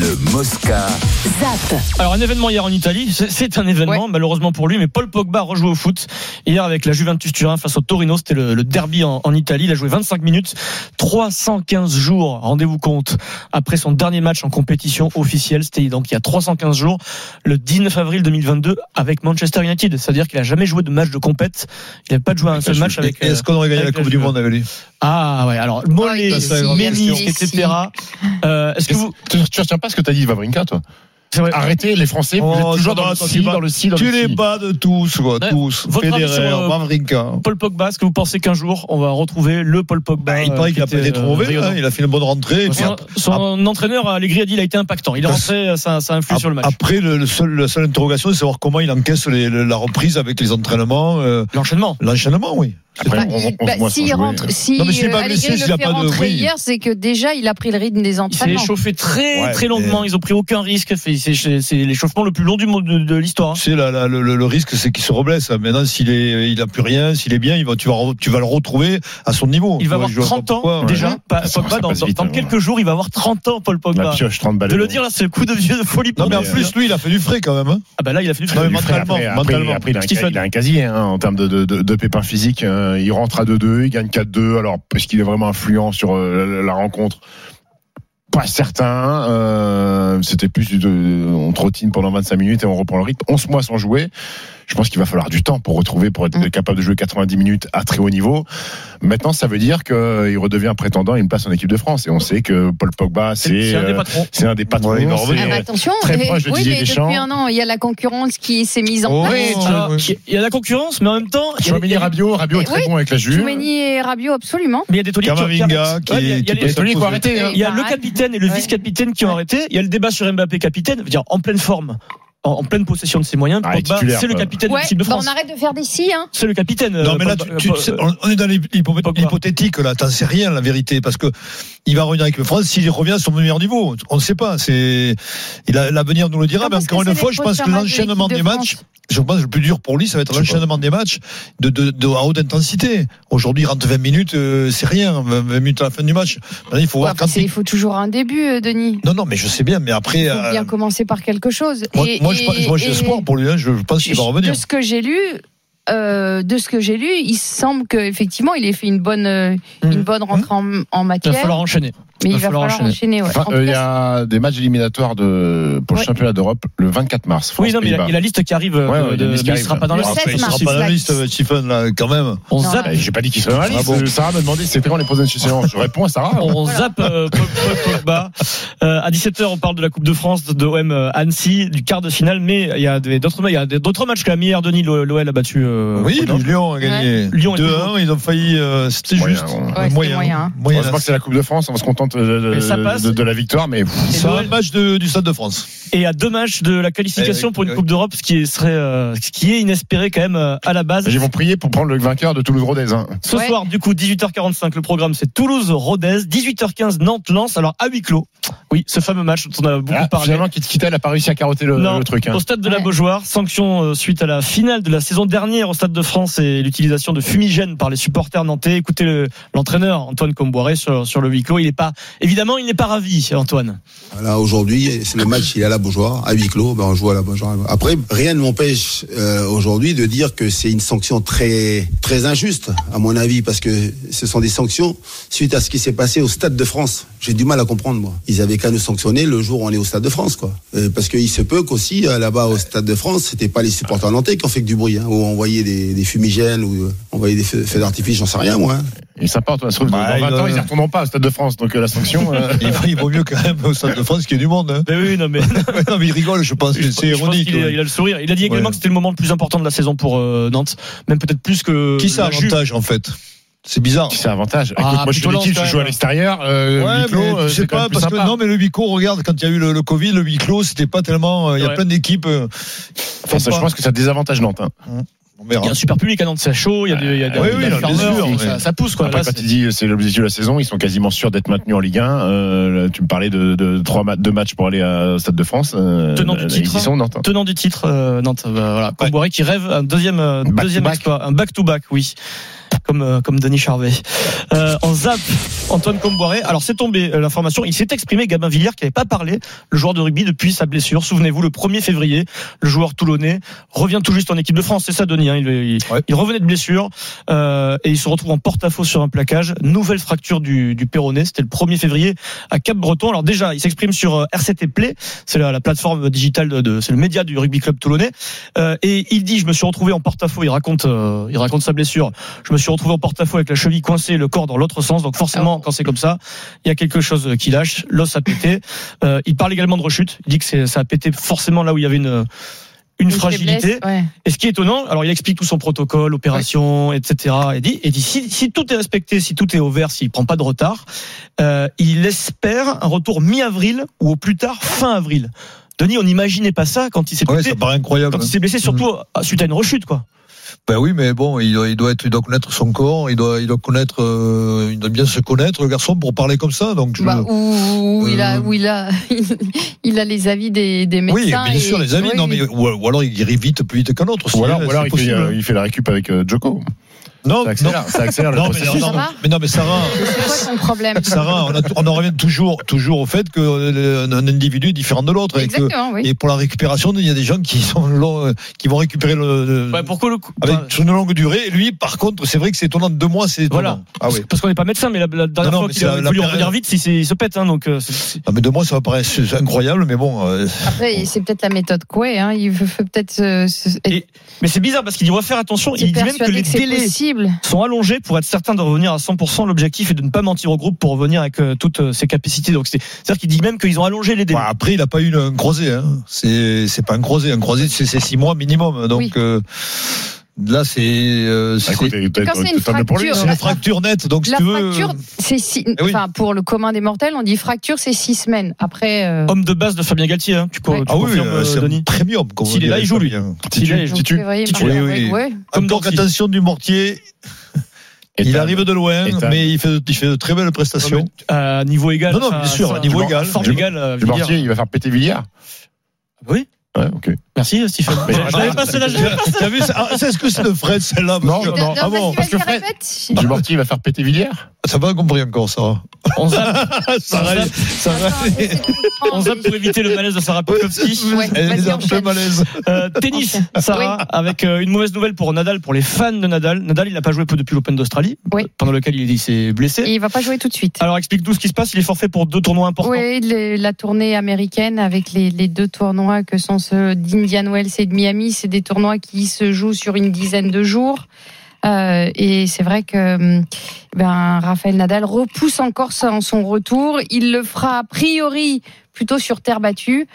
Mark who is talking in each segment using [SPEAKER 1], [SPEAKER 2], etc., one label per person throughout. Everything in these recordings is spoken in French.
[SPEAKER 1] le Mosca.
[SPEAKER 2] ZAP.
[SPEAKER 3] Alors un événement hier en Italie, c'est- c'est un événement malheureusement pour lui, mais Paul Pogba rejoue au foot hier avec la Juventus Turin face au Torino, c'était le, le derby en, en Italie, il a joué 25 minutes, 315 jours, rendez-vous compte, après son dernier match en compétition officielle, c'était donc il y a 315 jours, le 19 avril 2022 avec Manchester United, c'est-à-dire qu'il a jamais joué de match de compète, il n'a pas joué à un seul match avec...
[SPEAKER 4] Et Est-ce
[SPEAKER 3] euh,
[SPEAKER 4] qu'on aurait gagné la
[SPEAKER 3] avec
[SPEAKER 4] Coupe
[SPEAKER 3] la
[SPEAKER 4] du
[SPEAKER 3] Juve.
[SPEAKER 4] Monde, Amélie
[SPEAKER 3] Ah ouais, alors Mollet,
[SPEAKER 4] Ah, ça, c'est la grande
[SPEAKER 3] Ménis,
[SPEAKER 5] question.
[SPEAKER 3] etc. Euh, Est-ce que vous...
[SPEAKER 6] Tu tu retiens pas ce que t'as dit, Vavrinka, toi
[SPEAKER 3] c'est vrai.
[SPEAKER 6] Arrêtez les Français, vous
[SPEAKER 4] Oh,
[SPEAKER 6] êtes toujours
[SPEAKER 4] ça
[SPEAKER 6] dans
[SPEAKER 4] va,
[SPEAKER 6] le
[SPEAKER 4] toi,
[SPEAKER 6] si,
[SPEAKER 4] tu vas-
[SPEAKER 6] dans le si, dans
[SPEAKER 4] Tu
[SPEAKER 6] le
[SPEAKER 4] les
[SPEAKER 6] si.
[SPEAKER 4] bats de tous, quoi,
[SPEAKER 3] Ouais.
[SPEAKER 4] tous.
[SPEAKER 3] Votre avis
[SPEAKER 4] Federer,
[SPEAKER 3] sur, euh,
[SPEAKER 4] Mavrinka.
[SPEAKER 3] Paul Pogba, est-ce que vous pensez qu'un jour on va retrouver le Paul Pogba
[SPEAKER 4] Bah, il
[SPEAKER 3] euh,
[SPEAKER 4] paraît
[SPEAKER 3] qui
[SPEAKER 4] qu'il a pas
[SPEAKER 3] était,
[SPEAKER 4] été Ah,
[SPEAKER 3] euh,
[SPEAKER 4] trouvé,
[SPEAKER 3] brillant.
[SPEAKER 4] hein, il a fait une bonne rentrée. et puis
[SPEAKER 3] Son,
[SPEAKER 4] ap-
[SPEAKER 3] son entraîneur euh, Allegri a dit il a été impactant. Il est rentré, euh, ça, ça influe
[SPEAKER 4] ap-
[SPEAKER 3] sur le match.
[SPEAKER 4] Après, le, le seul, la seule interrogation, c'est de savoir comment il encaisse les- le- la reprise avec les entraînements, euh,
[SPEAKER 3] L'enchaînement.
[SPEAKER 4] l'enchaînement, oui.
[SPEAKER 6] Après,
[SPEAKER 5] Bah,
[SPEAKER 6] on- on-
[SPEAKER 5] il-
[SPEAKER 6] on
[SPEAKER 5] bah,
[SPEAKER 6] se voit
[SPEAKER 5] S'il
[SPEAKER 6] sans jouer. hein.
[SPEAKER 5] rentre, si
[SPEAKER 4] Non, mais s'il est
[SPEAKER 5] euh,
[SPEAKER 4] pas blessé,
[SPEAKER 5] Allegri
[SPEAKER 4] s'il
[SPEAKER 5] le
[SPEAKER 4] a
[SPEAKER 5] fait
[SPEAKER 4] pas de-
[SPEAKER 5] rentrer
[SPEAKER 4] oui.
[SPEAKER 5] hier, c'est que déjà il a pris le rythme des
[SPEAKER 3] Il s'est
[SPEAKER 5] entraînements.
[SPEAKER 3] échauffé très
[SPEAKER 4] Ouais,
[SPEAKER 3] très longuement.
[SPEAKER 4] mais-
[SPEAKER 3] Ils ont pris aucun risque. C'est c'est- c'est l'échauffement le plus long du monde de, de l'histoire. hein.
[SPEAKER 4] Tu sais, la- la- le, le- le risque, c'est qu'il se reblesse. Maintenant, s'il est, euh, il a plus rien, s'il est bien, il va, tu, vas, re- tu vas le retrouver à son niveau.
[SPEAKER 3] Il va avoir
[SPEAKER 4] Je vois
[SPEAKER 3] 30
[SPEAKER 4] pas pourquoi,
[SPEAKER 3] ans
[SPEAKER 4] ouais.
[SPEAKER 3] déjà.
[SPEAKER 5] Ouais.
[SPEAKER 3] pas-
[SPEAKER 6] Ça-
[SPEAKER 3] Pogba,
[SPEAKER 6] ça
[SPEAKER 3] dans,
[SPEAKER 6] passe
[SPEAKER 3] dans-
[SPEAKER 6] vite,
[SPEAKER 3] dans
[SPEAKER 6] hein,
[SPEAKER 3] quelques jours, il va avoir 30 ans, Paul
[SPEAKER 6] La
[SPEAKER 3] Pogba.
[SPEAKER 6] pioche, 30 balles.
[SPEAKER 3] De le dire là, c'est le coup de vieux de folie.
[SPEAKER 4] Non, mais en
[SPEAKER 6] Mais,
[SPEAKER 4] plus, lui, il a fait du frais quand même. hein.
[SPEAKER 3] ah bah là, il a fait du
[SPEAKER 4] Non, mais
[SPEAKER 6] Il est frais
[SPEAKER 4] mentalement,
[SPEAKER 6] après, après,
[SPEAKER 4] mentalement.
[SPEAKER 6] après, il, a un,
[SPEAKER 3] Stephen.
[SPEAKER 6] il a un casier hein, en termes de, de, de, de pépins physiques. euh, il rentre à 2-2, il gagne 4-2. Alors, est-ce qu'il est vraiment influent sur euh, la, la rencontre Pas certain. euh, C'était plus du- de- on trottine pendant 25 minutes et on reprend le rythme. 11 mois sans jouer. Je pense qu'il va falloir du temps pour retrouver, pour être
[SPEAKER 5] Mm.
[SPEAKER 6] capable de jouer 90 minutes à très haut niveau. Maintenant, ça veut dire qu'il redevient un prétendant à une place en équipe de France. Et on sait que Paul Pogba,
[SPEAKER 3] C'est
[SPEAKER 6] c'est
[SPEAKER 3] c'est un des
[SPEAKER 6] euh,
[SPEAKER 3] patrons.
[SPEAKER 6] c'est un des patrons.
[SPEAKER 4] Ouais, il va
[SPEAKER 6] c'est-
[SPEAKER 4] revenir.
[SPEAKER 5] Ah bah, attention,
[SPEAKER 6] Très
[SPEAKER 5] mais-
[SPEAKER 6] proche de
[SPEAKER 5] oui,
[SPEAKER 6] Didier
[SPEAKER 5] mais depuis
[SPEAKER 6] Deschamps.
[SPEAKER 5] un an, il y a la concurrence qui s'est mise en
[SPEAKER 4] Oh,
[SPEAKER 5] place.
[SPEAKER 4] oui,
[SPEAKER 3] Ah, Il y a la concurrence, mais en même temps, il y a- bah, il
[SPEAKER 6] Tchouaméni
[SPEAKER 3] y a-
[SPEAKER 6] Rabiot, Rabiot est
[SPEAKER 5] Mais
[SPEAKER 6] très
[SPEAKER 5] oui,
[SPEAKER 6] bon avec la Juve.
[SPEAKER 5] Tchouameni et Rabiot, absolument.
[SPEAKER 3] mais il y a des tauliers qui- qui
[SPEAKER 4] Kamavinga, qui-
[SPEAKER 3] Ouais, il y a- il y a
[SPEAKER 4] qui
[SPEAKER 3] les-
[SPEAKER 4] peut s'imposer.
[SPEAKER 3] Il y a le
[SPEAKER 5] Varane.
[SPEAKER 3] capitaine et le
[SPEAKER 5] Ouais.
[SPEAKER 3] vice-capitaine qui ont
[SPEAKER 5] Ouais.
[SPEAKER 3] arrêté. Il y a le débat sur Mbappé capitaine, je veux dire en pleine forme, en, en pleine possession de ses moyens.
[SPEAKER 6] Ah, les
[SPEAKER 3] Pogba,
[SPEAKER 6] titulaires,
[SPEAKER 3] c'est le
[SPEAKER 6] quoi.
[SPEAKER 3] capitaine de
[SPEAKER 5] Ouais,
[SPEAKER 3] l'équipe de
[SPEAKER 5] bah,
[SPEAKER 3] France.
[SPEAKER 5] on arrête de faire des si, hein.
[SPEAKER 3] C'est le capitaine. euh,
[SPEAKER 4] Non, mais là, tu,
[SPEAKER 3] Pogba-
[SPEAKER 4] tu-
[SPEAKER 3] euh,
[SPEAKER 4] tu sais, on on est dans l'hypo-
[SPEAKER 3] Pogba.
[SPEAKER 4] l'hypothétique, là. T'en sais rien, la vérité. Parce que il va revenir avec le France s'il revient à son meilleur niveau. On ne sait pas. C'est, il a- l'avenir nous le dira.
[SPEAKER 5] Non,
[SPEAKER 4] Mais
[SPEAKER 5] parce que
[SPEAKER 4] encore une
[SPEAKER 5] c'est
[SPEAKER 4] fois,
[SPEAKER 5] les
[SPEAKER 4] je pense que
[SPEAKER 5] prochains matchs de
[SPEAKER 4] l'enchaînement des
[SPEAKER 5] l'équipe de
[SPEAKER 4] matchs,
[SPEAKER 5] France.
[SPEAKER 4] je pense que le plus dur pour lui, ça va être
[SPEAKER 6] Je sais pas.
[SPEAKER 4] l'enchaînement des matchs de, de, de- à haute intensité. Aujourd'hui, il rentre 20 minutes, euh, c'est rien. 20 minutes à la fin du match. Maintenant, il faut
[SPEAKER 5] Ouais,
[SPEAKER 4] voir
[SPEAKER 5] enfin,
[SPEAKER 4] quand
[SPEAKER 5] c'est-
[SPEAKER 4] il-
[SPEAKER 5] Il faut toujours un début, euh, Denis.
[SPEAKER 4] Non, non, mais je sais bien, mais après,
[SPEAKER 5] Il faut
[SPEAKER 4] euh,
[SPEAKER 5] bien commencer par quelque chose.
[SPEAKER 4] moi,
[SPEAKER 5] Et-
[SPEAKER 4] moi, je,
[SPEAKER 5] et-
[SPEAKER 4] pense- moi, j'ai
[SPEAKER 5] et-
[SPEAKER 4] espoir pour lui, hein. je, je pense qu'il va revenir.
[SPEAKER 5] De ce que j'ai lu, euh, de ce que j'ai lu, il semble que effectivement, il ait fait une bonne, euh,
[SPEAKER 3] Mhm.
[SPEAKER 4] Mmh.
[SPEAKER 5] une bonne rentrée en, en
[SPEAKER 3] Il va
[SPEAKER 5] matière,
[SPEAKER 3] falloir enchaîner.
[SPEAKER 5] mais
[SPEAKER 3] va
[SPEAKER 5] il va
[SPEAKER 3] falloir
[SPEAKER 5] falloir enchaîner. ouais.
[SPEAKER 6] Enfin,
[SPEAKER 5] En
[SPEAKER 6] euh,
[SPEAKER 5] tout
[SPEAKER 6] il y
[SPEAKER 5] cas,
[SPEAKER 6] a des matchs éliminatoires de, pour
[SPEAKER 5] Ouais.
[SPEAKER 6] le championnat d'Europe le 24 mars. France,
[SPEAKER 3] Oui, non, mais il y a-
[SPEAKER 6] Pays-Bas.
[SPEAKER 3] il y a la liste qui arrive. euh,
[SPEAKER 6] Oh, Ouais, ouais, il y a
[SPEAKER 3] de-
[SPEAKER 6] une liste
[SPEAKER 3] mais il
[SPEAKER 6] qui arrive,
[SPEAKER 3] sera
[SPEAKER 6] là.
[SPEAKER 3] pas dans la
[SPEAKER 5] Le
[SPEAKER 4] Après,
[SPEAKER 3] liste.
[SPEAKER 5] 16
[SPEAKER 4] il sera
[SPEAKER 5] mars,
[SPEAKER 4] pas dans la
[SPEAKER 5] là.
[SPEAKER 4] liste, euh, Stephen, là, quand même.
[SPEAKER 3] On
[SPEAKER 5] Non.
[SPEAKER 3] zappe.
[SPEAKER 6] Eh, J'ai pas dit qu'il serait dans la
[SPEAKER 4] Ah
[SPEAKER 6] liste.
[SPEAKER 4] bon
[SPEAKER 6] Sarah m'a demandé c'était quand les prochaines séances. Je réponds à Sarah.
[SPEAKER 3] On zappe euh, Paul- Paul Pogba. Euh, à 17h, on parle de la Coupe de France, de l'OM Annecy, du quart de finale. Mais il y a des- d'autres il y a des- d'autres matchs que la meilleure Denis. l'O- L'OL a battu. euh,
[SPEAKER 4] Oui,
[SPEAKER 3] Grenoble.
[SPEAKER 4] Lyon a gagné.
[SPEAKER 3] Lyon est
[SPEAKER 4] 2-1, ils ont failli. euh, C'était
[SPEAKER 6] Moyen,
[SPEAKER 4] juste.
[SPEAKER 6] ouais. Ouais,
[SPEAKER 5] c'était moyen. hein.
[SPEAKER 4] Moyen.
[SPEAKER 6] Heureusement que c'est la Coupe de France. On se contente de, de-
[SPEAKER 3] Mais ça passe.
[SPEAKER 6] de- de la victoire, mais pff,
[SPEAKER 3] Et
[SPEAKER 4] C'est un
[SPEAKER 3] l'OL
[SPEAKER 4] match de- du Stade de France.
[SPEAKER 3] et à deux matchs de la qualification
[SPEAKER 4] Eh oui,
[SPEAKER 3] pour une
[SPEAKER 4] oui.
[SPEAKER 3] Coupe d'Europe, ce qui est, serait, euh, ce qui est inespéré quand même euh, à la base.
[SPEAKER 6] ils vont prier pour prendre le vainqueur de Toulouse-Rodez. hein.
[SPEAKER 3] Ce
[SPEAKER 5] Ouais.
[SPEAKER 3] soir, du coup, 18h45, le programme c'est Toulouse-Rodez, 18h15, Nantes-Lens, alors à huis clos. Oui, ce fameux match dont on a beaucoup
[SPEAKER 6] Ah,
[SPEAKER 3] parlé.
[SPEAKER 6] finalement, Kittel n'a pas réussi à carotter le,
[SPEAKER 3] Non,
[SPEAKER 6] le truc. hein.
[SPEAKER 3] Au stade de la
[SPEAKER 5] Ouais.
[SPEAKER 3] Beaujoire, sanction euh, suite à la finale de la saison dernière au stade de France et l'utilisation de fumigène par les supporters nantais. Écoutez le- l'entraîneur Antoine Comboiré sur, sur le huis clos. Il est pas, évidemment, il n'est pas ravi, Antoine.
[SPEAKER 7] Là aujourd'hui, c'est le match, il est à la Beaujoire, à huis clos, ben on joue à la Beaujoire. Après, rien ne m'empêche euh, aujourd'hui de dire que c'est une sanction très très injuste, à mon avis, parce que ce sont des sanctions suite à ce qui s'est passé au Stade de France. J'ai du mal à comprendre, moi. Ils avaient qu'à nous sanctionner le jour où on est au Stade de France, quoi. Euh, parce qu'il se peut qu'aussi, euh, là-bas au Stade de France, c'était pas les supporters nantais qui ont fait que du bruit, hein, ou envoyé des, des fumigènes, ou euh, envoyé des feux, feux d'artifice, j'en sais rien, moi. hein.
[SPEAKER 6] Il est sympa, Antoine. Ça se trouve,
[SPEAKER 4] Bah,
[SPEAKER 6] dans 20
[SPEAKER 4] il,
[SPEAKER 6] ans,
[SPEAKER 4] euh,
[SPEAKER 6] ils n'y retourneront pas au Stade de France. Donc euh, la sanction. euh,
[SPEAKER 4] Il vaut- il vaut mieux quand même au Stade de France qu'il y ait du monde. hein.
[SPEAKER 3] Mais oui, non, mais
[SPEAKER 4] Ouais, non, mais il rigole, je pense.
[SPEAKER 3] Je-
[SPEAKER 4] que C'est
[SPEAKER 3] je pense
[SPEAKER 4] ironique.
[SPEAKER 3] qu'il est-
[SPEAKER 4] ouais.
[SPEAKER 3] il a le sourire. Il a dit également
[SPEAKER 4] Ouais.
[SPEAKER 3] que c'était le moment le plus important de la saison pour euh, Nantes, même peut-être plus que
[SPEAKER 4] Qui ça
[SPEAKER 3] la Juve.
[SPEAKER 4] avantage, en fait C'est bizarre.
[SPEAKER 6] C'est un avantage.
[SPEAKER 3] Ah,
[SPEAKER 6] Écoute, moi, je suis
[SPEAKER 3] plutôt
[SPEAKER 6] une
[SPEAKER 3] Lens,
[SPEAKER 6] équipe,
[SPEAKER 3] quand
[SPEAKER 6] je joue
[SPEAKER 3] même.
[SPEAKER 6] à l'extérieur. euh,
[SPEAKER 4] Ouais,
[SPEAKER 6] huis clos,
[SPEAKER 4] mais
[SPEAKER 6] euh,
[SPEAKER 4] je
[SPEAKER 6] c'est
[SPEAKER 4] sais
[SPEAKER 6] quand même
[SPEAKER 4] pas,
[SPEAKER 6] plus
[SPEAKER 4] parce que
[SPEAKER 6] sympa.
[SPEAKER 4] non, mais le huis clos, regarde, quand il y a eu le, le Covid, le huis clos, c'était pas tellement. euh, Il y a
[SPEAKER 3] Ouais.
[SPEAKER 4] plein d'équipes. euh, qui
[SPEAKER 6] Enfin, ça,
[SPEAKER 4] font
[SPEAKER 6] je
[SPEAKER 4] pas.
[SPEAKER 6] pense que ça désavantage Nantes. hein.
[SPEAKER 4] On verra.
[SPEAKER 3] Il y a un super public à Nantes, c'est chaud. Il y a des, il y a des,
[SPEAKER 4] Oui,
[SPEAKER 3] des
[SPEAKER 4] oui, non,
[SPEAKER 3] fermeurs,
[SPEAKER 4] bien sûr,
[SPEAKER 3] donc
[SPEAKER 4] oui.
[SPEAKER 3] ça, ça pousse quoi.
[SPEAKER 6] Après,
[SPEAKER 3] Là,
[SPEAKER 6] quand
[SPEAKER 3] c'est-
[SPEAKER 6] tu dis c'est l'objectif de la saison, ils sont quasiment sûrs d'être maintenus en Ligue 1. Euh, tu me parlais de, de, trois ma- deux matchs pour aller à Stade de France. Euh,
[SPEAKER 3] Tenant du
[SPEAKER 6] ils
[SPEAKER 3] titre.
[SPEAKER 6] y sont, Nantes. hein.
[SPEAKER 3] tenant du titre euh, Nantes. euh, voilà, Comboiré qui rêve un deuxième euh,
[SPEAKER 6] Back to
[SPEAKER 3] deuxième
[SPEAKER 6] back.
[SPEAKER 3] exploit, un back to back, oui. Comme euh, comme Denis Charvet. Euh, en zap, Antoine Comboiré. Alors c'est tombé euh, l'information. Il s'est exprimé Gabin Villière qui n'avait pas parlé le joueur de rugby depuis sa blessure. Souvenez-vous, le 1er février, le joueur toulonnais revient tout juste en équipe de France. C'est ça, Denis. hein, il, il-
[SPEAKER 4] Ouais.
[SPEAKER 3] il revenait de blessure euh, et il se retrouve en porte-à-faux sur un plaquage. Nouvelle fracture du, du péroné. C'était le 1er février à Cap-Breton. Alors déjà, il s'exprime sur euh, RCT Play. C'est la, la plateforme digitale de, de- c'est le média du rugby club toulonnais. Euh, et il dit, je me suis retrouvé en porte-à-faux. Il raconte, euh, il raconte sa blessure. Je me suis retrouvé en porte-à-faux avec la cheville coincée, le corps dans l'autre sens. Donc forcément, quand c'est comme ça, il y a quelque chose euh, qui lâche. L'os a pété. Euh, il parle également de rechute. Il dit que c'est- ça a pété forcément là où il y avait une une
[SPEAKER 5] Une
[SPEAKER 3] fragilité.
[SPEAKER 5] faiblesse, ouais.
[SPEAKER 3] Et ce qui est étonnant, alors il explique tout son protocole, opération, etc. Et dit, et dit si, si tout est respecté, si tout est ouvert, s'il prend pas de retard, euh, il espère un retour mi-avril ou au plus tard fin avril. Denis, on n'imaginait pas ça quand il s'est
[SPEAKER 4] Ouais,
[SPEAKER 3] blessé.
[SPEAKER 4] ça paraît incroyable. hein.
[SPEAKER 3] Quand il s'est blessé, surtout
[SPEAKER 4] Mmh.
[SPEAKER 3] à- suite à une rechute, quoi.
[SPEAKER 4] Ben oui, mais bon, il doit, il doit être, il doit connaître son corps, il doit, il doit connaître, euh, il doit bien se connaître, le garçon, pour parler comme ça. Donc, je-
[SPEAKER 5] Bah, où, où il a,
[SPEAKER 4] Euh.
[SPEAKER 5] où il a, il a les avis des, des
[SPEAKER 4] oui,
[SPEAKER 5] médecins.
[SPEAKER 4] bien sûr,
[SPEAKER 5] et-
[SPEAKER 4] les amis.
[SPEAKER 5] oui.
[SPEAKER 4] Non, mais ou, ou alors il guérit vite, plus vite qu'un autre. si,
[SPEAKER 6] Ou alors,
[SPEAKER 4] hein,
[SPEAKER 6] ou alors
[SPEAKER 4] c'est
[SPEAKER 6] il, fait,
[SPEAKER 4] possible.
[SPEAKER 6] euh, il fait la récup avec euh, Joko.
[SPEAKER 4] non,
[SPEAKER 6] Ça
[SPEAKER 4] non,
[SPEAKER 6] accélère, ça accélère le
[SPEAKER 4] non, mais, non,
[SPEAKER 6] processus.
[SPEAKER 4] non,
[SPEAKER 5] Sarah
[SPEAKER 4] mais non, mais Sarah.
[SPEAKER 5] C'est quoi son problème
[SPEAKER 4] Sarah, on, a- on en revient toujours, toujours au fait qu'un individu est différent de l'autre. Et, que-
[SPEAKER 5] Exactement, oui.
[SPEAKER 4] et pour la récupération, il y a des gens qui, sont longs, euh, qui vont récupérer le, le-
[SPEAKER 3] Ouais, pourquoi le coup
[SPEAKER 4] avec
[SPEAKER 3] enfin,
[SPEAKER 4] sur une longue durée. Et lui, par contre, c'est vrai que c'est étonnant. Deux mois, c'est étonnant.
[SPEAKER 3] Voilà.
[SPEAKER 4] Ah oui.
[SPEAKER 3] Parce qu'on n'est pas médecin, mais la, la dernière
[SPEAKER 4] Non, non,
[SPEAKER 3] fois
[SPEAKER 4] mais
[SPEAKER 3] qu'il
[SPEAKER 4] c'est
[SPEAKER 3] a
[SPEAKER 4] la- la
[SPEAKER 3] voulu
[SPEAKER 4] période.
[SPEAKER 3] revenir vite, si c'est- il se pète, hein, donc. euh, c'est- c'est-
[SPEAKER 4] Ah, mais deux mois, ça va paraître c'est incroyable, mais bon. euh,
[SPEAKER 5] Après, c'est peut-être la méthode Coué. Hein. Il faut faut peut-être euh, se-
[SPEAKER 3] Et
[SPEAKER 5] être
[SPEAKER 3] Mais c'est bizarre parce qu'il doit faire attention. Il dit même que
[SPEAKER 5] persuadé
[SPEAKER 3] les
[SPEAKER 5] que c'est
[SPEAKER 3] délais
[SPEAKER 5] possible.
[SPEAKER 3] sont allongés pour être certain de revenir à 100%. L'objectif est de ne pas mentir au groupe pour revenir avec euh, toutes euh, ses capacités. Donc c'est- c'est-à-dire qu'il dit même qu'ils ont allongé les délais.
[SPEAKER 4] bah, après, il n'a pas eu un croisé. Hein. C'est c'est pas un croisé. Un croisé, c'est c'est six mois minimum. Donc
[SPEAKER 5] Oui.
[SPEAKER 4] euh, là, c'est euh,
[SPEAKER 6] Bah,
[SPEAKER 4] c'est-
[SPEAKER 6] écoute, t'es- t'es-
[SPEAKER 5] Quand c'est une
[SPEAKER 6] t'es table pour lui,
[SPEAKER 5] fracture,
[SPEAKER 4] c'est
[SPEAKER 6] hein.
[SPEAKER 4] une fracture nette. Donc, si
[SPEAKER 5] La
[SPEAKER 4] tu veux.
[SPEAKER 5] fracture, c'est six...
[SPEAKER 4] Eh oui.
[SPEAKER 5] enfin pour le commun des mortels, on dit fracture, c'est six semaines. Après, euh,
[SPEAKER 3] Homme de base de Fabien Galtier, hein. tu, co-
[SPEAKER 5] Ouais.
[SPEAKER 3] tu
[SPEAKER 4] Ah oui,
[SPEAKER 3] confirmes,
[SPEAKER 4] euh,
[SPEAKER 3] euh,
[SPEAKER 4] c'est un
[SPEAKER 3] Denis
[SPEAKER 4] premium. comme on
[SPEAKER 3] S'il est là,
[SPEAKER 4] dirait,
[SPEAKER 3] il joue, lui.
[SPEAKER 4] Fabien.
[SPEAKER 3] S'il est- hein.
[SPEAKER 5] donc,
[SPEAKER 6] Titu.
[SPEAKER 5] février, mars,
[SPEAKER 4] titulaire,
[SPEAKER 5] avril,
[SPEAKER 4] oui.
[SPEAKER 5] ouais.
[SPEAKER 3] Comme
[SPEAKER 4] Donc,
[SPEAKER 3] Dorthy.
[SPEAKER 4] attention du mortier.
[SPEAKER 6] Et
[SPEAKER 4] il
[SPEAKER 6] t'as-
[SPEAKER 4] arrive de loin,
[SPEAKER 6] Ethan.
[SPEAKER 4] mais il fait, il fait de très belles
[SPEAKER 3] Ah,
[SPEAKER 4] prestations.
[SPEAKER 3] à euh, niveau égal.
[SPEAKER 4] Non, non,
[SPEAKER 3] enfin,
[SPEAKER 4] bien sûr,
[SPEAKER 3] ça-
[SPEAKER 4] à niveau
[SPEAKER 3] Bon,
[SPEAKER 4] égal.
[SPEAKER 3] Forme
[SPEAKER 6] Je-
[SPEAKER 3] égale, euh,
[SPEAKER 6] Le
[SPEAKER 3] Villiers.
[SPEAKER 6] Bartier, il va faire péter Villiers.
[SPEAKER 3] Oui,
[SPEAKER 6] Ouais, ok.
[SPEAKER 3] merci euh, Stéphane.
[SPEAKER 6] Mais-
[SPEAKER 3] Je l'avais pas celle-là, je l'avais pas
[SPEAKER 4] T'as vu, c'est- ah, c'est ce que c'est de Fred, celle-là parce
[SPEAKER 6] Non,
[SPEAKER 4] que-
[SPEAKER 5] Non, non,
[SPEAKER 4] Ah bon
[SPEAKER 5] parce que
[SPEAKER 6] Fred-
[SPEAKER 5] répète.
[SPEAKER 6] Du Bartier, il va faire péter Villiers.
[SPEAKER 4] Ça va compris encore, ça.
[SPEAKER 3] On zappe,
[SPEAKER 4] Ça
[SPEAKER 3] zappe.
[SPEAKER 4] reste- ça reste-
[SPEAKER 5] Attends, essaie de comprendre.
[SPEAKER 3] on zappe pour éviter le malaise de Sarah Pokowski.
[SPEAKER 5] Ouais,
[SPEAKER 4] Elle
[SPEAKER 5] vas-y,
[SPEAKER 4] est un peu
[SPEAKER 5] enchaîne.
[SPEAKER 4] malaise.
[SPEAKER 3] Euh, tennis, Sarah, avec euh, une mauvaise nouvelle pour Nadal, pour les fans de Nadal. Nadal, il n'a pas joué depuis l'Open d'Australie,
[SPEAKER 5] Oui.
[SPEAKER 3] pendant lequel il, il s'est blessé.
[SPEAKER 5] Et il va pas jouer tout de suite.
[SPEAKER 3] Alors explique nous ce qui se passe. Il est forfait pour deux tournois importants.
[SPEAKER 5] Oui, le- la tournée américaine avec les, les deux tournois que sont ceux d'Indian Wells et de Miami, c'est des tournois qui se jouent sur une dizaine de jours. Euh, et c'est vrai que hum, ben, Raphaël Nadal repousse encore son, son retour. Il le fera a priori plutôt sur terre battue.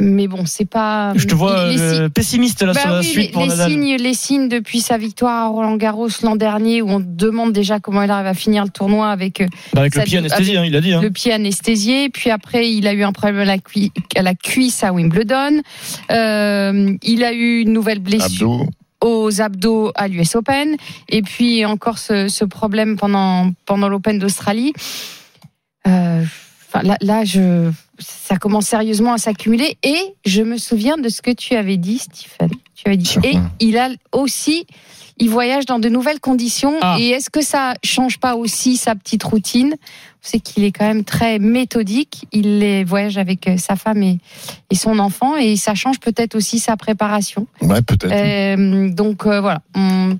[SPEAKER 5] Mais bon, c'est pas. hum,
[SPEAKER 3] Je te vois
[SPEAKER 5] les- les
[SPEAKER 3] euh, pessimiste là
[SPEAKER 5] Bah
[SPEAKER 3] sur la
[SPEAKER 5] oui,
[SPEAKER 3] suite
[SPEAKER 5] les,
[SPEAKER 3] pour
[SPEAKER 5] les
[SPEAKER 3] Nadal.
[SPEAKER 5] signes, les signes depuis sa victoire à Roland Garros l'an dernier, où on demande déjà comment il arrive à finir le tournoi avec euh,
[SPEAKER 3] Bah, avec le
[SPEAKER 5] ça-
[SPEAKER 3] pied anesthésie, hein, il a dit. hein.
[SPEAKER 5] le pied anesthésié. Puis après, il a eu un problème à la, cui- à la cuisse à Wimbledon. Euh, il a eu une nouvelle blessure
[SPEAKER 6] Abdo.
[SPEAKER 5] aux abdos à l'US Open. Et puis encore ce, ce problème pendant, pendant l'Open d'Australie. Euh, enfin, là, là, je, ça commence sérieusement à s'accumuler. Et je me souviens de ce que tu avais dit, Stephen. Tu avais dit.
[SPEAKER 6] Sur
[SPEAKER 5] Et
[SPEAKER 6] quoi
[SPEAKER 5] il a aussi. Il voyage dans de nouvelles conditions.
[SPEAKER 3] Ah.
[SPEAKER 5] Et est-ce que ça change pas aussi sa petite routine On sait qu'il est quand même très méthodique. Il les voyage avec euh, sa femme et, et son enfant. Et ça change peut-être aussi sa préparation.
[SPEAKER 6] Ouais, peut-être.
[SPEAKER 5] Euh, donc euh, voilà. Hum,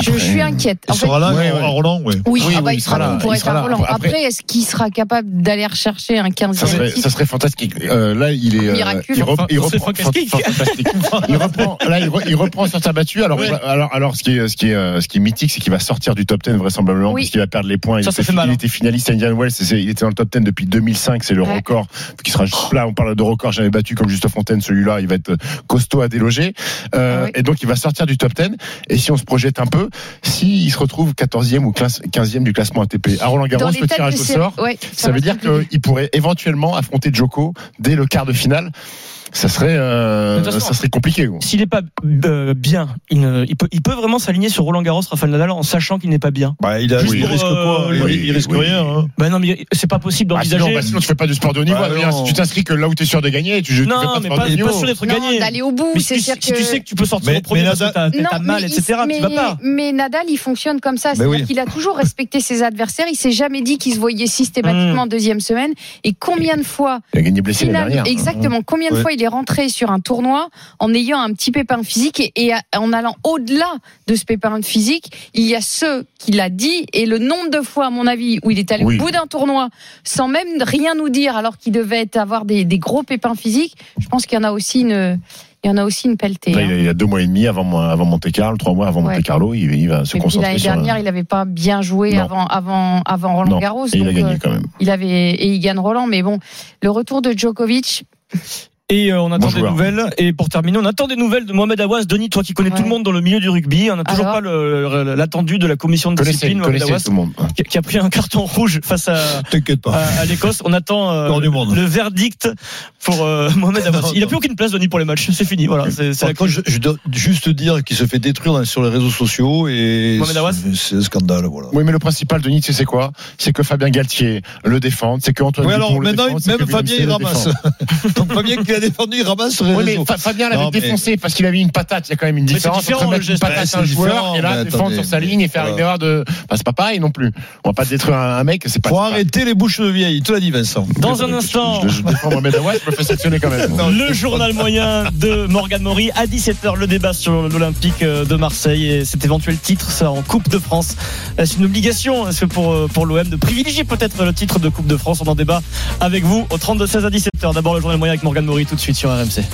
[SPEAKER 5] je, je suis inquiète. En
[SPEAKER 4] Il
[SPEAKER 5] fait,
[SPEAKER 4] sera là,
[SPEAKER 6] Ouais,
[SPEAKER 4] à
[SPEAKER 6] ouais.
[SPEAKER 4] Roland, ouais.
[SPEAKER 5] oui,
[SPEAKER 6] Oui,
[SPEAKER 5] ah bah,
[SPEAKER 6] oui,
[SPEAKER 5] il
[SPEAKER 6] il
[SPEAKER 5] sera
[SPEAKER 6] sera
[SPEAKER 5] bon
[SPEAKER 6] là,
[SPEAKER 5] pour
[SPEAKER 6] il
[SPEAKER 5] être
[SPEAKER 6] sera
[SPEAKER 5] à
[SPEAKER 6] là.
[SPEAKER 5] Roland.
[SPEAKER 6] Après-
[SPEAKER 5] Après, est-ce qu'il sera capable d'aller rechercher un 15e
[SPEAKER 6] Ça serait,
[SPEAKER 5] titre
[SPEAKER 6] ça serait fantastique. Euh, là, il est. euh,
[SPEAKER 5] Miraculeux.
[SPEAKER 6] il, rep- il
[SPEAKER 3] Enfin,
[SPEAKER 6] reprend.
[SPEAKER 3] c'est fantastique.
[SPEAKER 6] fan- fantastique. Il reprend. Là, il, re- il reprend sur sa battue. Alors,
[SPEAKER 3] Ouais.
[SPEAKER 6] alors, alors, ce qui est, ce qui est, euh, ce qui est mythique, c'est qu'il va sortir du top 10 vraisemblablement
[SPEAKER 5] Oui.
[SPEAKER 6] parce qu'il va perdre les points.
[SPEAKER 3] Ça,
[SPEAKER 6] il,
[SPEAKER 3] ça
[SPEAKER 6] était,
[SPEAKER 3] fait mal,
[SPEAKER 6] il
[SPEAKER 3] hein.
[SPEAKER 6] était finaliste à Indian Wells. c'est- c'est- Il était dans le top 10 depuis 2005. C'est le
[SPEAKER 5] Ouais.
[SPEAKER 6] record qui sera juste là. On parle de record jamais battu comme Juste Fontaine. Celui-là, il va être euh, costaud à déloger. Euh,
[SPEAKER 5] Ah oui.
[SPEAKER 6] Et donc, il va sortir du top 10. Et si on se projette un peu, s'il se retrouve 14e ou 15- 15e du classement ATP à Roland Garros,
[SPEAKER 5] Dans
[SPEAKER 6] le
[SPEAKER 5] têtes
[SPEAKER 6] tirage
[SPEAKER 5] de
[SPEAKER 6] au
[SPEAKER 5] série-
[SPEAKER 6] sort.
[SPEAKER 5] ouais,
[SPEAKER 6] Ça veut
[SPEAKER 5] reste
[SPEAKER 6] dire
[SPEAKER 5] compliqué.
[SPEAKER 6] qu'il pourrait éventuellement affronter Djoko dès le quart de finale. ça serait, euh,
[SPEAKER 3] De toute façon,
[SPEAKER 6] ça serait compliqué. gros.
[SPEAKER 3] S'il n'est pas euh, bien, il, ne- il peut, il peut vraiment s'aligner sur Roland Garros, Rafael Nadal, en sachant qu'il n'est pas bien.
[SPEAKER 4] Bah, il, a,
[SPEAKER 3] Juste
[SPEAKER 4] il
[SPEAKER 3] pour,
[SPEAKER 4] risque quoi
[SPEAKER 3] euh,
[SPEAKER 4] Il-
[SPEAKER 6] oui,
[SPEAKER 4] Il risque
[SPEAKER 6] oui.
[SPEAKER 4] rien. Hein.
[SPEAKER 3] Bah non, mais c'est pas possible
[SPEAKER 6] Ah,
[SPEAKER 3] d'envisager.
[SPEAKER 6] sinon, bah, sinon, tu fais pas de sport de haut niveau.
[SPEAKER 4] Bah,
[SPEAKER 6] Adrien.
[SPEAKER 4] non.
[SPEAKER 6] si tu t'inscris que là où tu es sûr de gagner, tu, tu fais
[SPEAKER 3] non,
[SPEAKER 6] pas de
[SPEAKER 3] mais
[SPEAKER 6] sport
[SPEAKER 3] pas,
[SPEAKER 6] de haut
[SPEAKER 3] pas
[SPEAKER 6] niveau.
[SPEAKER 3] sûr d'être
[SPEAKER 5] Non,
[SPEAKER 3] gagné.
[SPEAKER 5] d'aller au bout,
[SPEAKER 3] Mais si,
[SPEAKER 5] c'est
[SPEAKER 3] tu-
[SPEAKER 5] sûr
[SPEAKER 3] si
[SPEAKER 5] que-
[SPEAKER 3] tu sais que tu peux sortir
[SPEAKER 4] Mais-
[SPEAKER 3] au premier
[SPEAKER 4] mais
[SPEAKER 3] parce que
[SPEAKER 4] Nadal-
[SPEAKER 3] t'as t'as- t'as
[SPEAKER 5] Non,
[SPEAKER 3] mal,
[SPEAKER 5] mais
[SPEAKER 3] etc.,
[SPEAKER 5] il-
[SPEAKER 3] tu vas pas.
[SPEAKER 5] Mais, mais Nadal, il fonctionne comme ça.
[SPEAKER 4] Mais
[SPEAKER 5] C'est-à-dire
[SPEAKER 4] oui.
[SPEAKER 5] qu'il a toujours respecté ses adversaires. Il s'est jamais dit qu'il se voyait systématiquement deuxième semaine. Et combien de fois,
[SPEAKER 6] Il a gagné blessé la
[SPEAKER 5] final,
[SPEAKER 6] dernière.
[SPEAKER 5] exactement, combien de
[SPEAKER 4] Ouais.
[SPEAKER 5] fois il est rentré sur un tournoi en ayant un petit pépin physique et, et à- en allant au-delà de ce pépin physique, il y a ceux qui l'a dit et le nombre de fois, à mon avis, où il est allé
[SPEAKER 6] Oui.
[SPEAKER 5] au bout d'un tournoi sans même rien nous dire alors qu'il devait être- avoir des, des gros pépins physiques. Je pense qu'il y en a aussi une, il y en a aussi une pelletée.
[SPEAKER 6] Là,
[SPEAKER 5] hein.
[SPEAKER 6] il, a, il a deux mois et demi avant, moi- avant Monte Carlo, trois mois avant
[SPEAKER 5] Ouais.
[SPEAKER 6] Monte Carlo, il, il va se
[SPEAKER 5] Et puis
[SPEAKER 6] concentrer
[SPEAKER 5] l'année
[SPEAKER 6] sur. euh,
[SPEAKER 5] dernière, il n'avait pas bien joué
[SPEAKER 6] Non.
[SPEAKER 5] avant, avant, avant Roland
[SPEAKER 6] Non.
[SPEAKER 5] Garros.
[SPEAKER 6] Et il a
[SPEAKER 5] donc,
[SPEAKER 6] gagné
[SPEAKER 5] euh,
[SPEAKER 6] quand même.
[SPEAKER 5] il avait et il gagne Roland, mais bon, le retour de Djokovic.
[SPEAKER 3] Et euh, on attend
[SPEAKER 6] Bon
[SPEAKER 3] des
[SPEAKER 6] joueur.
[SPEAKER 3] nouvelles. Et pour terminer, on attend des nouvelles de Mohamed Awas. Denis, toi qui connais tout
[SPEAKER 5] Ouais.
[SPEAKER 3] le monde dans le milieu du rugby, on n'a toujours
[SPEAKER 5] Alors
[SPEAKER 3] pas le- le- l'attendu de la commission de
[SPEAKER 6] Connaissez,
[SPEAKER 3] discipline, Mohamed
[SPEAKER 6] connaissez
[SPEAKER 3] Awas,
[SPEAKER 6] tout le monde.
[SPEAKER 3] qui- qui a pris un carton rouge face à,
[SPEAKER 4] T'inquiète pas.
[SPEAKER 3] à, à l'Écosse. On attend euh,
[SPEAKER 4] Hors du monde.
[SPEAKER 3] le verdict pour euh, Mohamed Abbas.
[SPEAKER 4] Non,
[SPEAKER 3] Il a
[SPEAKER 4] non.
[SPEAKER 3] plus aucune place Denis pour les matchs. C'est fini. Voilà. C'est c'est
[SPEAKER 4] Par
[SPEAKER 3] la
[SPEAKER 4] contre, je, je dois juste dire qu'il se fait détruire dans- sur les réseaux sociaux et
[SPEAKER 3] Mohamed Awas
[SPEAKER 4] c'est- c'est un scandale. Voilà.
[SPEAKER 6] Oui, mais le principal de Nietzsche, c'est quoi C'est que Fabien Galtier le défende, c'est que Antoine
[SPEAKER 4] Oui, alors
[SPEAKER 6] Dupont le
[SPEAKER 4] maintenant,
[SPEAKER 6] défende, c'est que
[SPEAKER 4] même
[SPEAKER 6] William
[SPEAKER 4] Fabien,
[SPEAKER 6] Sey
[SPEAKER 4] il
[SPEAKER 6] le
[SPEAKER 4] ramasse.
[SPEAKER 6] défend.
[SPEAKER 4] Donc Fabien qui a défendu, il ramasse sur les
[SPEAKER 6] Oui, mais
[SPEAKER 4] réseaux.
[SPEAKER 6] Fa- Fabien l'avait
[SPEAKER 4] Non, mais-
[SPEAKER 6] défoncé parce qu'il avait une patate. Il y a quand même une
[SPEAKER 3] c'est
[SPEAKER 6] différence
[SPEAKER 3] différent,
[SPEAKER 6] entre
[SPEAKER 3] le
[SPEAKER 6] mettre une
[SPEAKER 3] geste.
[SPEAKER 4] Ouais,
[SPEAKER 6] patate
[SPEAKER 4] c'est
[SPEAKER 6] à un joueur
[SPEAKER 4] différent,
[SPEAKER 6] et là
[SPEAKER 4] mais
[SPEAKER 6] défendre
[SPEAKER 4] attendez,
[SPEAKER 6] sur sa ligne et faire
[SPEAKER 4] voilà.
[SPEAKER 6] une erreur de. Bah, c'est pas pareil non plus. On va pas détruire un, un mec. C'est pas.
[SPEAKER 4] Pour
[SPEAKER 6] c'est pas-
[SPEAKER 4] arrêter les bouches de vieilles, tu l'as dit Vincent.
[SPEAKER 3] Dans un instant.
[SPEAKER 6] Je, je défends Mohamed Awas, je me fais sanctionner quand même.
[SPEAKER 3] le journal moyen de Morgan Mori à 17h le débat sur l'Olympique euh, de Marseille et cet éventuel titre ça en Coupe de France est-ce une obligation est-ce que pour euh, pour l'OM de privilégier peut-être le titre de Coupe de France on en débat avec vous au 32 16 à 17h d'abord le journal moyen avec Morgan Mori tout de suite sur RMC